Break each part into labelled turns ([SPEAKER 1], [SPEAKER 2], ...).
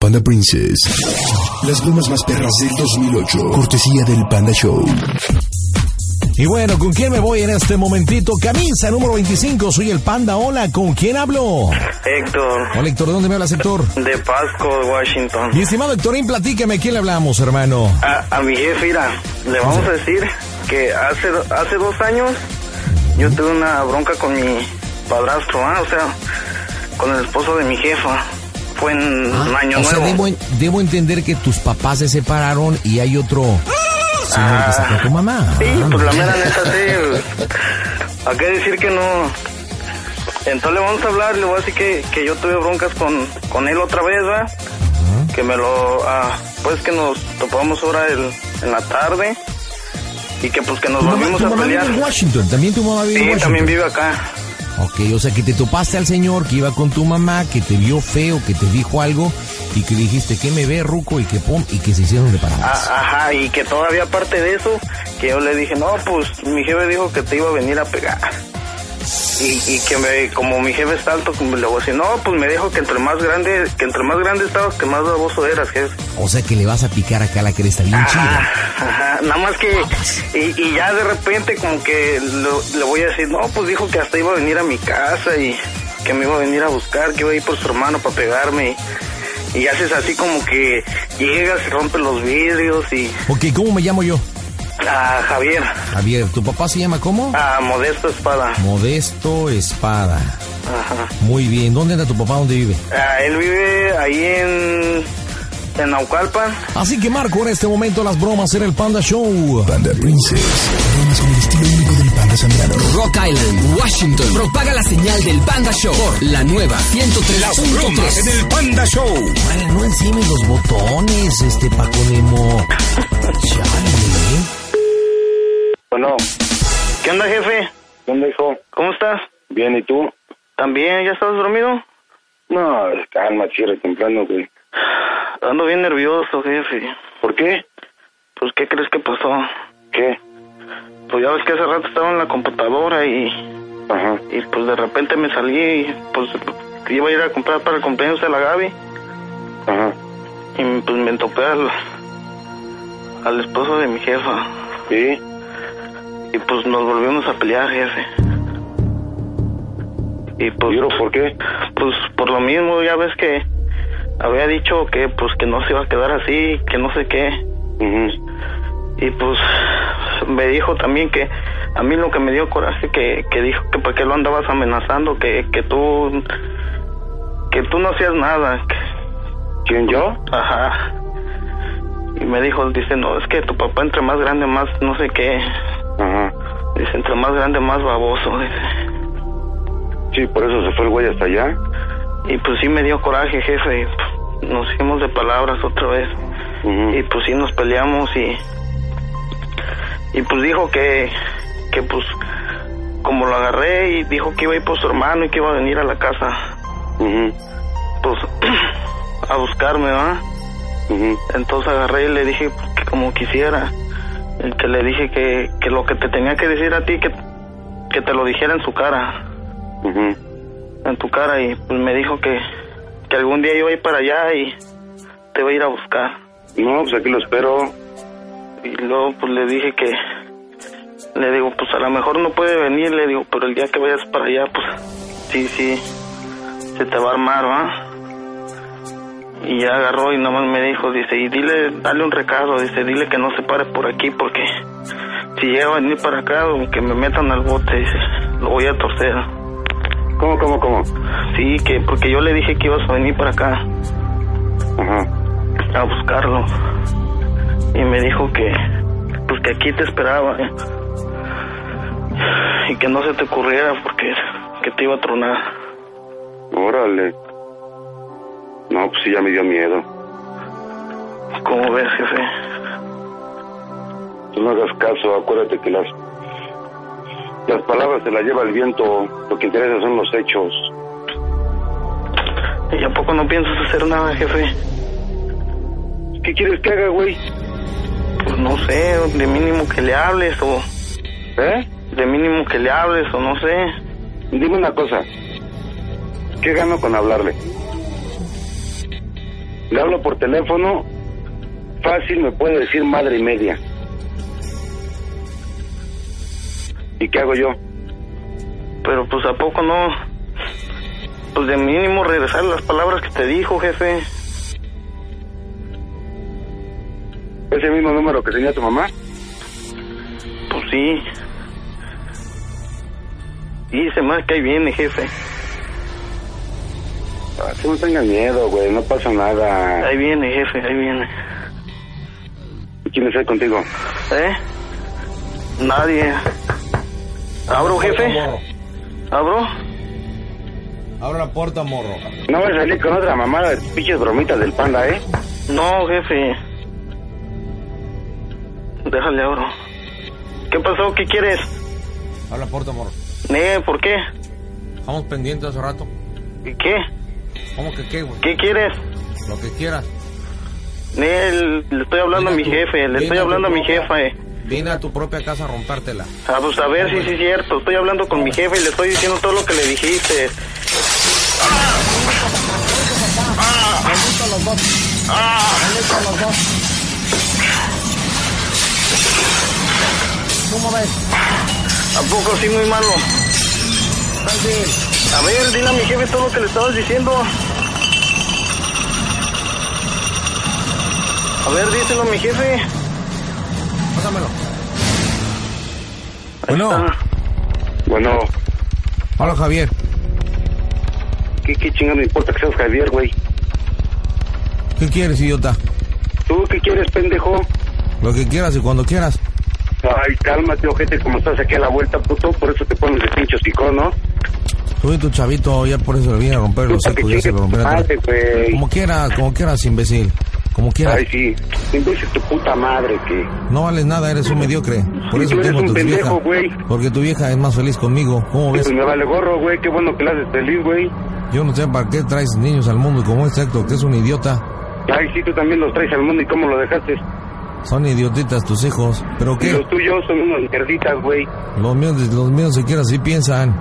[SPEAKER 1] Panda Princess. Las bromas más perras del 2008. Cortesía del Panda Show.
[SPEAKER 2] Y bueno, ¿con quién me voy en este momentito? Camisa número 25, soy el Panda. Hola, ¿con quién hablo?
[SPEAKER 3] Héctor,
[SPEAKER 2] Hola, Héctor, ¿dónde me hablas, Héctor?
[SPEAKER 3] de Pasco, Washington.
[SPEAKER 2] Mi estimado Héctorín, platícame, ¿a quién le hablamos, hermano?
[SPEAKER 3] A, a mi jefe, mira, le vamos a decir que hace, hace dos años yo tuve una bronca con mi padrastro, ah, o sea, con el esposo de mi jefa. Fue en Año
[SPEAKER 4] Ah, o sea,
[SPEAKER 3] Nuevo.
[SPEAKER 4] debo, en- debo entender que tus papás se separaron y hay otro señor que sacó a tu mamá.
[SPEAKER 3] Sí,
[SPEAKER 4] Ah,
[SPEAKER 3] pues la mera neta, sí. pues, ¿A qué decir que no? Entonces le vamos a hablar, le voy a decir que, que yo tuve broncas con, con él otra vez, ¿verdad? Que me lo... ah, pues que nos topamos ahora el- en la tarde y que pues que nos
[SPEAKER 4] tu mamá,
[SPEAKER 3] volvimos
[SPEAKER 4] tu
[SPEAKER 3] a
[SPEAKER 4] mamá
[SPEAKER 3] pelear.
[SPEAKER 4] vive en Washington, también tu mamá vive
[SPEAKER 3] Sí,
[SPEAKER 4] en Washington.
[SPEAKER 3] también vive acá.
[SPEAKER 4] Ok, o sea que te topaste al señor que iba con tu mamá, que te vio feo, que te dijo algo y que dijiste que me ve ruco y que pum y que se hicieron de
[SPEAKER 3] A-
[SPEAKER 4] paradas.
[SPEAKER 3] ajá, y que todavía aparte de eso, que yo le dije, no, pues mi jefe dijo que te iba a venir a pegar. Y, y que me, como mi jefe está alto, como le voy a decir, no, pues me dijo que entre más grande, que entre más grande estabas, que más baboso eras, jefe.
[SPEAKER 4] O sea que le vas a picar acá la cresta bien
[SPEAKER 5] Ah.
[SPEAKER 3] Ajá,
[SPEAKER 4] chida.
[SPEAKER 3] ajá, nada más que, y, y ya de repente como que lo- le voy a decir, no, pues dijo que hasta iba a venir a mi casa y que me iba a venir a buscar, que iba a ir por su hermano para pegarme. Y haces así como que llegas y rompes los vidrios y
[SPEAKER 4] Ok, ¿cómo me llamo yo?
[SPEAKER 3] a Javier,
[SPEAKER 4] Javier, ¿tu papá se llama cómo?
[SPEAKER 5] Ah.
[SPEAKER 3] a Ah, Modesto Espada.
[SPEAKER 4] Modesto Espada.
[SPEAKER 3] Ajá.
[SPEAKER 4] Muy bien, ¿dónde anda tu papá? ¿Dónde vive?
[SPEAKER 3] Ah, él vive ahí en, en Naucalpan.
[SPEAKER 4] Así que Marco, en este momento las bromas era el Panda Show.
[SPEAKER 1] Panda Princess. Bromas con el estilo único del Panda Zambrano.
[SPEAKER 6] Rock Island, Washington. Propaga la señal del Panda Show por la nueva 103.3.
[SPEAKER 5] en el Panda Show.
[SPEAKER 4] Ay, no encima los botones, este Paco Nemo. Chale.
[SPEAKER 7] Bueno,
[SPEAKER 3] ¿Qué onda, jefe?
[SPEAKER 7] ¿dónde hijo?
[SPEAKER 3] ¿Cómo estás?
[SPEAKER 7] Bien, ¿y tú?
[SPEAKER 3] ¿También? ¿Ya estás dormido?
[SPEAKER 7] No, calma, cierre temprano, güey.
[SPEAKER 3] Ando bien nervioso, jefe.
[SPEAKER 7] ¿Por qué?
[SPEAKER 3] Pues, ¿qué crees que pasó?
[SPEAKER 7] ¿Qué?
[SPEAKER 3] Pues ya ves que hace rato estaba en la computadora y,
[SPEAKER 7] Ajá.
[SPEAKER 3] y pues de repente me salí y pues iba a ir a comprar para el cumpleaños de la Gaby
[SPEAKER 7] Ajá.
[SPEAKER 3] y pues me topé al, al esposo de mi jefa
[SPEAKER 7] ¿Sí?
[SPEAKER 3] y pues nos volvimos a pelear, jefe. Y pues...
[SPEAKER 7] ¿Y ahora por qué?
[SPEAKER 3] Pues por lo mismo, ya ves que había dicho que pues que no se iba a quedar así, que no sé qué.
[SPEAKER 7] Ujú.
[SPEAKER 3] Y pues me dijo también que a mí lo que me dio coraje que, que dijo que para qué lo andabas amenazando, que, que tú que tú no hacías nada. que-
[SPEAKER 7] ¿Quién, yo?
[SPEAKER 3] ajá. Y me dijo, dice, no, es que tu papá entre más grande más no sé qué.
[SPEAKER 7] Ajá.
[SPEAKER 3] Dice, entre más grande más baboso. dice.
[SPEAKER 7] Sí, por eso se fue el güey hasta allá.
[SPEAKER 3] Y pues sí me dio coraje, jefe. y, pues, nos hicimos de palabras otra vez.
[SPEAKER 7] Ujú.
[SPEAKER 3] y pues sí nos peleamos y y pues dijo que que pues como lo agarré y dijo que iba a ir por su hermano y que iba a venir a la casa
[SPEAKER 7] Ujú.
[SPEAKER 3] pues a buscarme ¿verdad?
[SPEAKER 7] Ujú.
[SPEAKER 3] entonces agarré y le dije pues, que como quisiera Y que le dije que, que lo que te tenía que decir a ti que, que te lo dijera en su cara
[SPEAKER 7] Ujú.
[SPEAKER 3] en tu cara y pues me dijo que que algún día iba a ir para allá y te iba a ir a buscar
[SPEAKER 7] No, pues aquí lo espero.
[SPEAKER 3] Y luego pues le dije que le digo, pues a lo mejor no puede venir, le digo, pero el día que vayas para allá, pues sí, sí, se te va a armar, ¿va? Y ya agarró y nomás me dijo, dice, y dile, dale un recado, dice, dile que no se pare por aquí porque si llega a venir para acá o que me metan al bote, dice, lo voy a torcer.
[SPEAKER 7] ¿Cómo, cómo, cómo?
[SPEAKER 3] Sí, que porque yo le dije que ibas a venir para acá
[SPEAKER 7] Ajá.
[SPEAKER 3] a buscarlo y me dijo que pues que aquí te esperaba ¿eh? y que no se te ocurriera porque que te iba a tronar
[SPEAKER 7] Órale. No, pues sí, ya me dio miedo.
[SPEAKER 3] ¿Cómo ves, jefe?
[SPEAKER 7] Tú no hagas caso, acuérdate que las, las palabras se las lleva el viento, lo que interesa son los hechos.
[SPEAKER 3] ¿Y a poco no piensas hacer nada, jefe?
[SPEAKER 7] ¿Qué quieres que haga, güey?
[SPEAKER 3] Pues no sé, de mínimo que le hables o
[SPEAKER 7] ¿Eh?
[SPEAKER 3] de mínimo que le hables o no sé.
[SPEAKER 7] Dime una cosa. ¿Qué gano con hablarle? Le hablo por teléfono, fácil me puede decir madre y media. ¿Y qué hago yo?
[SPEAKER 3] Pero pues a poco no. Pues de mínimo regresar las palabras que te dijo, jefe.
[SPEAKER 7] ¿Ese mismo número que tenía tu mamá?
[SPEAKER 3] Pues sí. Y se más que ahí viene, jefe.
[SPEAKER 7] Ah, tú no tengas miedo, güey, no pasa nada.
[SPEAKER 3] Ahí viene, jefe, ahí viene.
[SPEAKER 7] ¿Y ¿Quién está ahí contigo?
[SPEAKER 3] ¿Eh? Nadie. ¿Abro, jefe? ¿Abro?
[SPEAKER 4] Ahora la puerta, morro.
[SPEAKER 7] No vas a salir con otra mamada de tus pinches bromitas del panda, ¿eh?
[SPEAKER 3] No, jefe. Déjale, abro. ¿Qué pasó? ¿Qué quieres?
[SPEAKER 4] Ahora la puerta, morro.
[SPEAKER 3] ¿Eh? ¿Por qué?
[SPEAKER 4] Estamos pendientes hace rato.
[SPEAKER 3] ¿Y ¿Qué?
[SPEAKER 4] ¿Cómo que qué, güey?
[SPEAKER 3] ¿Qué quieres?
[SPEAKER 4] Lo que quieras.
[SPEAKER 3] Eh, le estoy hablando a mi jefe, le estoy hablando a mi jefa. Eh.
[SPEAKER 4] Vine a tu propia casa a rompártela.
[SPEAKER 3] Ah, pues a ver si sí, es cierto. Estoy hablando con mi jefe y le estoy diciendo todo lo que le dijiste.
[SPEAKER 4] ¿Cómo ves?
[SPEAKER 3] ¿A poco sí muy malo? A ver, dile a mi jefe todo lo que le estabas diciendo. A ver, díselo a mi jefe.
[SPEAKER 4] Pásamelo.
[SPEAKER 3] Ah,
[SPEAKER 4] Bueno,
[SPEAKER 7] Bueno,
[SPEAKER 4] hola Javier.
[SPEAKER 7] ¿qué, qué chingado me importa que seas Javier, güey?
[SPEAKER 4] ¿Qué quieres, idiota?
[SPEAKER 7] ¿Tú qué quieres, pendejo?
[SPEAKER 4] Lo que quieras y cuando quieras.
[SPEAKER 7] Ay, cálmate, ojete, como estás aquí a la vuelta, puto. Por eso te pones de pincho hocico, ¿no?
[SPEAKER 4] Tú y tu chavito, ya por eso le vine a romper los
[SPEAKER 7] Puta, que
[SPEAKER 4] hocico, ya se lo
[SPEAKER 7] chingue tu
[SPEAKER 4] rompieron.
[SPEAKER 7] madre, güey.
[SPEAKER 4] Como quieras, como quieras, imbécil. Como quieras.
[SPEAKER 7] Ay, sí. Imbécil tu puta madre, que...
[SPEAKER 4] No vales nada, eres un mediocre. Por
[SPEAKER 7] Y
[SPEAKER 4] eso
[SPEAKER 7] tú eres
[SPEAKER 4] tengo a
[SPEAKER 7] un
[SPEAKER 4] tu vieja.
[SPEAKER 7] pendejo, güey.
[SPEAKER 4] Porque tu vieja es más feliz conmigo. ¿Cómo ves?
[SPEAKER 7] Pues me vale gorro, güey. Qué bueno que la haces feliz, güey.
[SPEAKER 4] Yo no sé para qué traes niños al mundo como este acto, que es un idiota.
[SPEAKER 7] Ay, sí, tú también los traes al mundo y cómo lo dejaste.
[SPEAKER 4] Son idiotitas tus hijos. ¿Pero
[SPEAKER 7] Y
[SPEAKER 4] qué?
[SPEAKER 7] los tuyos son unas mierditas, güey.
[SPEAKER 4] Los míos, los míos siquiera sí piensan.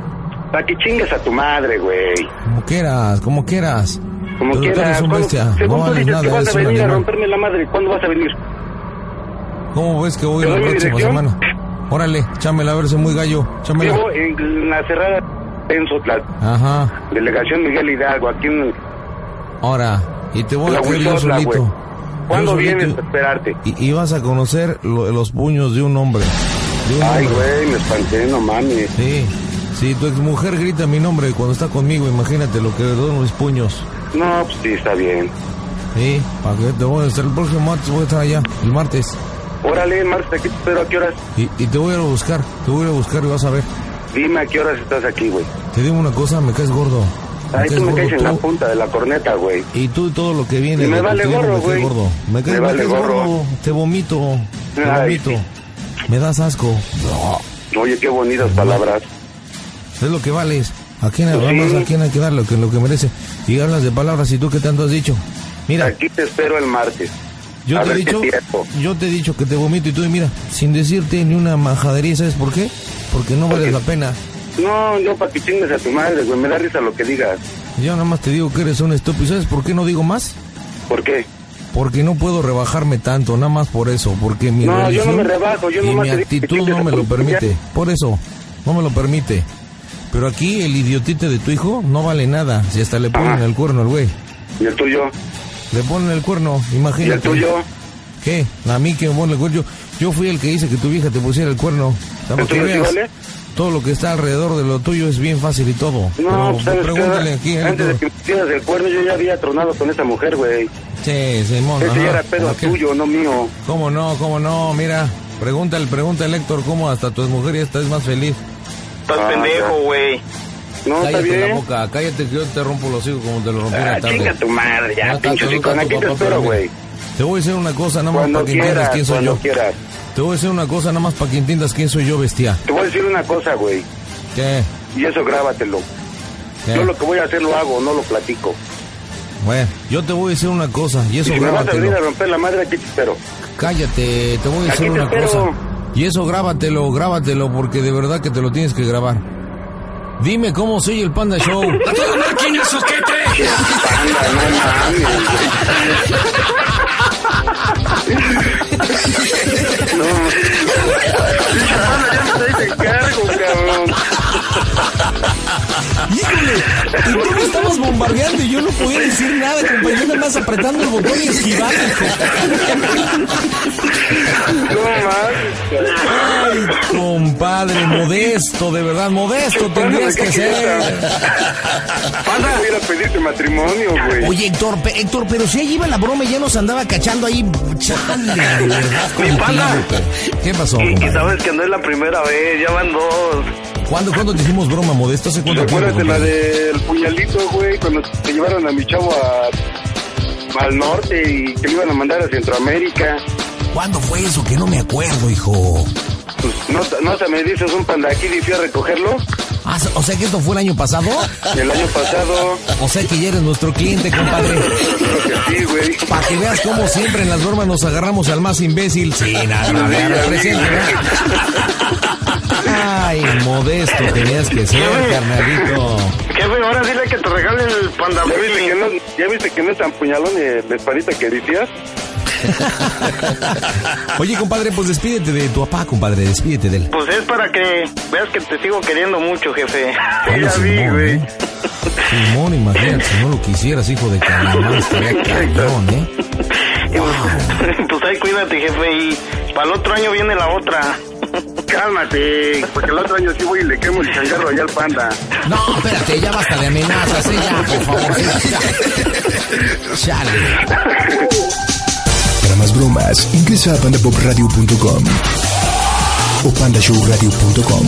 [SPEAKER 7] Para que chingas a tu madre, güey.
[SPEAKER 4] Como quieras, como quieras.
[SPEAKER 7] Como
[SPEAKER 4] Pero tú
[SPEAKER 7] quieras.
[SPEAKER 4] eres un
[SPEAKER 7] ¿Cuándo-
[SPEAKER 4] bestia. No
[SPEAKER 7] Según tú
[SPEAKER 4] vales
[SPEAKER 7] dices que
[SPEAKER 4] nada,
[SPEAKER 7] vas
[SPEAKER 4] eres
[SPEAKER 7] a
[SPEAKER 4] un
[SPEAKER 7] venir a
[SPEAKER 4] animal.
[SPEAKER 7] romperme la madre. ¿Cuándo vas a venir?
[SPEAKER 4] ¿Cómo ves que voy
[SPEAKER 7] ¿Te
[SPEAKER 4] la
[SPEAKER 7] doy mi
[SPEAKER 4] próxima
[SPEAKER 7] dirección?
[SPEAKER 4] semana? Órale, chámela a verse muy gallo. Chámela.
[SPEAKER 7] Vivo en la cerrada Pensotlán,
[SPEAKER 4] Ajá.
[SPEAKER 7] delegación Miguel Hidalgo, aquí en
[SPEAKER 4] Ahora, y te voy
[SPEAKER 7] la
[SPEAKER 4] a traer yo
[SPEAKER 7] Huizotla, güey.
[SPEAKER 4] solito.
[SPEAKER 7] ¿Cuándo
[SPEAKER 4] Yo solito
[SPEAKER 7] vienes a esperarte?
[SPEAKER 4] Y, y vas a conocer lo- los puños de un hombre. De un
[SPEAKER 7] Ay,
[SPEAKER 4] hombre.
[SPEAKER 7] güey, me espanté, no mames.
[SPEAKER 4] Sí, si tu exmujer grita mi nombre cuando está conmigo, imagínate lo que le doy mis puños.
[SPEAKER 7] No, pues sí, está bien.
[SPEAKER 4] Sí, para que te voy a estar el próximo martes, voy a estar allá, el martes.
[SPEAKER 7] Órale, Marta, aquí te espero. ¿A qué horas?
[SPEAKER 4] Y, y te voy a ir a buscar, te voy a ir a buscar y vas a ver.
[SPEAKER 7] Dime a qué horas estás aquí, güey.
[SPEAKER 4] Te digo una cosa, me caes gordo. Me
[SPEAKER 7] Ay, tú Ah, me caes en la
[SPEAKER 4] tú,
[SPEAKER 7] punta de la corneta, güey.
[SPEAKER 4] y tú y todo lo que viene.
[SPEAKER 7] Y me
[SPEAKER 4] lo que
[SPEAKER 7] vale
[SPEAKER 4] te digo,
[SPEAKER 7] gorro,
[SPEAKER 4] me
[SPEAKER 7] güey.
[SPEAKER 4] caes gordo. Me caes,
[SPEAKER 7] Me vale
[SPEAKER 4] caes
[SPEAKER 7] gorro.
[SPEAKER 4] gordo, te vomito, te
[SPEAKER 7] Ay,
[SPEAKER 4] vomito.
[SPEAKER 7] sí.
[SPEAKER 4] Me das asco,
[SPEAKER 7] Oye, qué bonitas palabras.
[SPEAKER 4] es lo que vales. ¿A quién,
[SPEAKER 7] Pues
[SPEAKER 4] además,
[SPEAKER 7] sí.
[SPEAKER 4] a quién hay que dar lo que, lo que merece? Y hablas de palabras y tú qué tanto has dicho. Mira,
[SPEAKER 7] Aquí te espero el martes.
[SPEAKER 4] Yo
[SPEAKER 7] A
[SPEAKER 4] te, he
[SPEAKER 7] ver qué
[SPEAKER 4] dicho,
[SPEAKER 7] tiempo.
[SPEAKER 4] yo te he dicho que te vomito y tú, y mira, sin decirte ni una majadería, ¿sabes por qué? Porque no vales la pena.
[SPEAKER 7] No, yo para que chingues a tu madre, güey. Me da risa lo que digas.
[SPEAKER 4] Yo nada más te digo que eres un estúpido. ¿Sabes por qué no digo más?
[SPEAKER 7] ¿Por qué?
[SPEAKER 4] Porque no puedo rebajarme tanto, nada más por eso. Porque mi
[SPEAKER 7] No, yo no
[SPEAKER 4] religión
[SPEAKER 7] me rebajo, yo
[SPEAKER 4] y mi
[SPEAKER 7] nomás te digo que
[SPEAKER 4] actitud
[SPEAKER 7] chingues
[SPEAKER 4] no
[SPEAKER 7] a
[SPEAKER 4] me
[SPEAKER 7] tu
[SPEAKER 4] lo
[SPEAKER 7] madre.
[SPEAKER 4] permite. Por eso, no me lo permite. Pero aquí el idiotite de tu hijo no vale nada. Si hasta le ponen
[SPEAKER 7] Ajá.
[SPEAKER 4] el cuerno al güey.
[SPEAKER 7] ¿Y el tuyo?
[SPEAKER 4] Le ponen el cuerno,
[SPEAKER 7] ¿Y
[SPEAKER 4] imagínate.
[SPEAKER 7] el tuyo?
[SPEAKER 4] ¿Qué? A mí que me pone el cuerno. Yo, yo fui el que hice que tu vieja te pusiera el cuerno. Nada más que
[SPEAKER 7] ¿Entonces sí
[SPEAKER 4] veas.
[SPEAKER 7] vale?
[SPEAKER 4] Todo lo que está alrededor de lo tuyo es bien fácil y todo.
[SPEAKER 7] No, pues,
[SPEAKER 4] Pero
[SPEAKER 7] ¿sabes
[SPEAKER 4] pregúntale
[SPEAKER 7] qué?
[SPEAKER 4] aquí ¿eh? a
[SPEAKER 7] Antes de que me tiras el cuerno, yo ya había tronado con esa mujer, güey.
[SPEAKER 4] Sí, Simón.
[SPEAKER 7] Ese ya
[SPEAKER 4] ajá.
[SPEAKER 7] era pedo
[SPEAKER 4] ¿Por qué?
[SPEAKER 7] tuyo, no mío.
[SPEAKER 4] ¿Cómo no? ¿Cómo no? Mira, pregúntale, pregúntale Héctor cómo hasta tu mujer ya estás más feliz.
[SPEAKER 3] Estás
[SPEAKER 7] Ah,
[SPEAKER 3] pendejo,
[SPEAKER 7] ya.
[SPEAKER 3] güey.
[SPEAKER 7] No, está
[SPEAKER 4] cállate la
[SPEAKER 7] bien.
[SPEAKER 4] boca, cállate que yo te rompo los hijos como te lo rompí
[SPEAKER 7] Ah,
[SPEAKER 4] la tarde.
[SPEAKER 7] chinga tu madre,
[SPEAKER 4] No
[SPEAKER 7] ya,
[SPEAKER 4] estás
[SPEAKER 7] pinche
[SPEAKER 4] loca
[SPEAKER 7] chicón.
[SPEAKER 4] tu
[SPEAKER 7] Aquí te
[SPEAKER 4] papá
[SPEAKER 7] espero,
[SPEAKER 4] también.
[SPEAKER 7] güey.
[SPEAKER 4] Te voy a decir una cosa nada más
[SPEAKER 7] Cuando
[SPEAKER 4] para que entiendas
[SPEAKER 7] quieras,
[SPEAKER 4] quién soy
[SPEAKER 7] cuando
[SPEAKER 4] yo.
[SPEAKER 7] quieras.
[SPEAKER 4] Te voy a decir una cosa nada más para que entiendas quién soy yo, bestia.
[SPEAKER 7] Te voy a decir una cosa, güey,
[SPEAKER 4] ¿Qué?
[SPEAKER 7] y eso grábatelo.
[SPEAKER 4] ¿Qué?
[SPEAKER 7] Yo lo que voy a hacer lo hago, no lo platico.
[SPEAKER 4] Bueno, yo te voy a decir una cosa y
[SPEAKER 7] Y
[SPEAKER 4] eso
[SPEAKER 7] si me vas a venir a
[SPEAKER 4] grábatelo.
[SPEAKER 7] romper la madre, aquí te espero.
[SPEAKER 4] Cállate, te voy a decir
[SPEAKER 7] Aquí te
[SPEAKER 4] una
[SPEAKER 7] espero.
[SPEAKER 4] cosa. Y eso grábatelo, grábatelo, porque de verdad que te lo tienes que grabar. Dime cómo soy el Panda Show.
[SPEAKER 6] ¡A toda máquina, soquete!
[SPEAKER 7] Anda, no mames. No. Anda, ya me traes en cargo, cabrón.
[SPEAKER 4] ¡Híjole! Y tú me estabas bombardeando y yo no podía decir nada, compañero, nada más apretando el botón y esquivando.
[SPEAKER 7] No mames. cabrón.
[SPEAKER 4] Ay, compadre, modesto, de verdad, modesto tendrías que ser.
[SPEAKER 7] Anda, voy a ir a pedirte matrimonio, güey.
[SPEAKER 4] Oye, Héctor, pe- Héctor, pero si ahí iba la broma y ya nos andaba cachando ahí. Chale, de verdad,
[SPEAKER 3] Mi
[SPEAKER 4] como
[SPEAKER 3] panda.
[SPEAKER 4] que- ¿Qué pasó?
[SPEAKER 3] Y, y
[SPEAKER 4] compadre?
[SPEAKER 3] sabes que no es la primera vez, ya van dos.
[SPEAKER 4] ¿Cuándo, cuándo te hicimos broma, modesto? ¿Hace cuánto tiempo?
[SPEAKER 7] Acuérdate la
[SPEAKER 4] compadre?
[SPEAKER 7] del puñalito, güey, cuando te llevaron a mi chavo a- al norte y que lo iban a mandar a Centroamérica.
[SPEAKER 4] ¿Cuándo fue eso? Que no me acuerdo, hijo.
[SPEAKER 7] Pues, ¿no, te- ¿No te me dices un pandaquí y fui a recogerlo?
[SPEAKER 4] Ah, o sea que esto fue el año pasado.
[SPEAKER 7] El año pasado.
[SPEAKER 4] O sea que ya eres nuestro cliente, compadre.
[SPEAKER 7] Creo que sí, güey.
[SPEAKER 4] Para que veas cómo siempre en las bromas nos agarramos al más imbécil. Sí, nada, nada, me represento, ¿no? Ay, modesto tenías que ser, carnalito.
[SPEAKER 3] Jefe, ahora dile que te regalen el panda
[SPEAKER 7] ¿Ya viste,
[SPEAKER 3] Mini.
[SPEAKER 7] que no, ¿Ya viste que no es tan puñalón eh, la espadita que decías?
[SPEAKER 4] Oye, compadre, pues despídete de tu papá, compadre, despídete de él.
[SPEAKER 3] Pues es para que veas que te sigo queriendo mucho, jefe.
[SPEAKER 4] Bueno,
[SPEAKER 3] ya vi,
[SPEAKER 4] Simón,
[SPEAKER 3] güey.
[SPEAKER 4] ¿eh? Simón, imagínate, si no lo quisieras, hijo de calamar, estaría cabrón, ¿eh?
[SPEAKER 3] Y pues, pues ahí cuídate, jefe. Y para el otro año viene la otra.
[SPEAKER 7] Cálmate, porque el otro año sí voy y le quemo el changarro allá al panda.
[SPEAKER 4] No, espérate, ya basta de amenazas, ¿eh? ya, por favor. ¿eh? Ya. Chale.
[SPEAKER 1] Para más bromas, ingresa a pandapopradio.com o pandashowradio.com.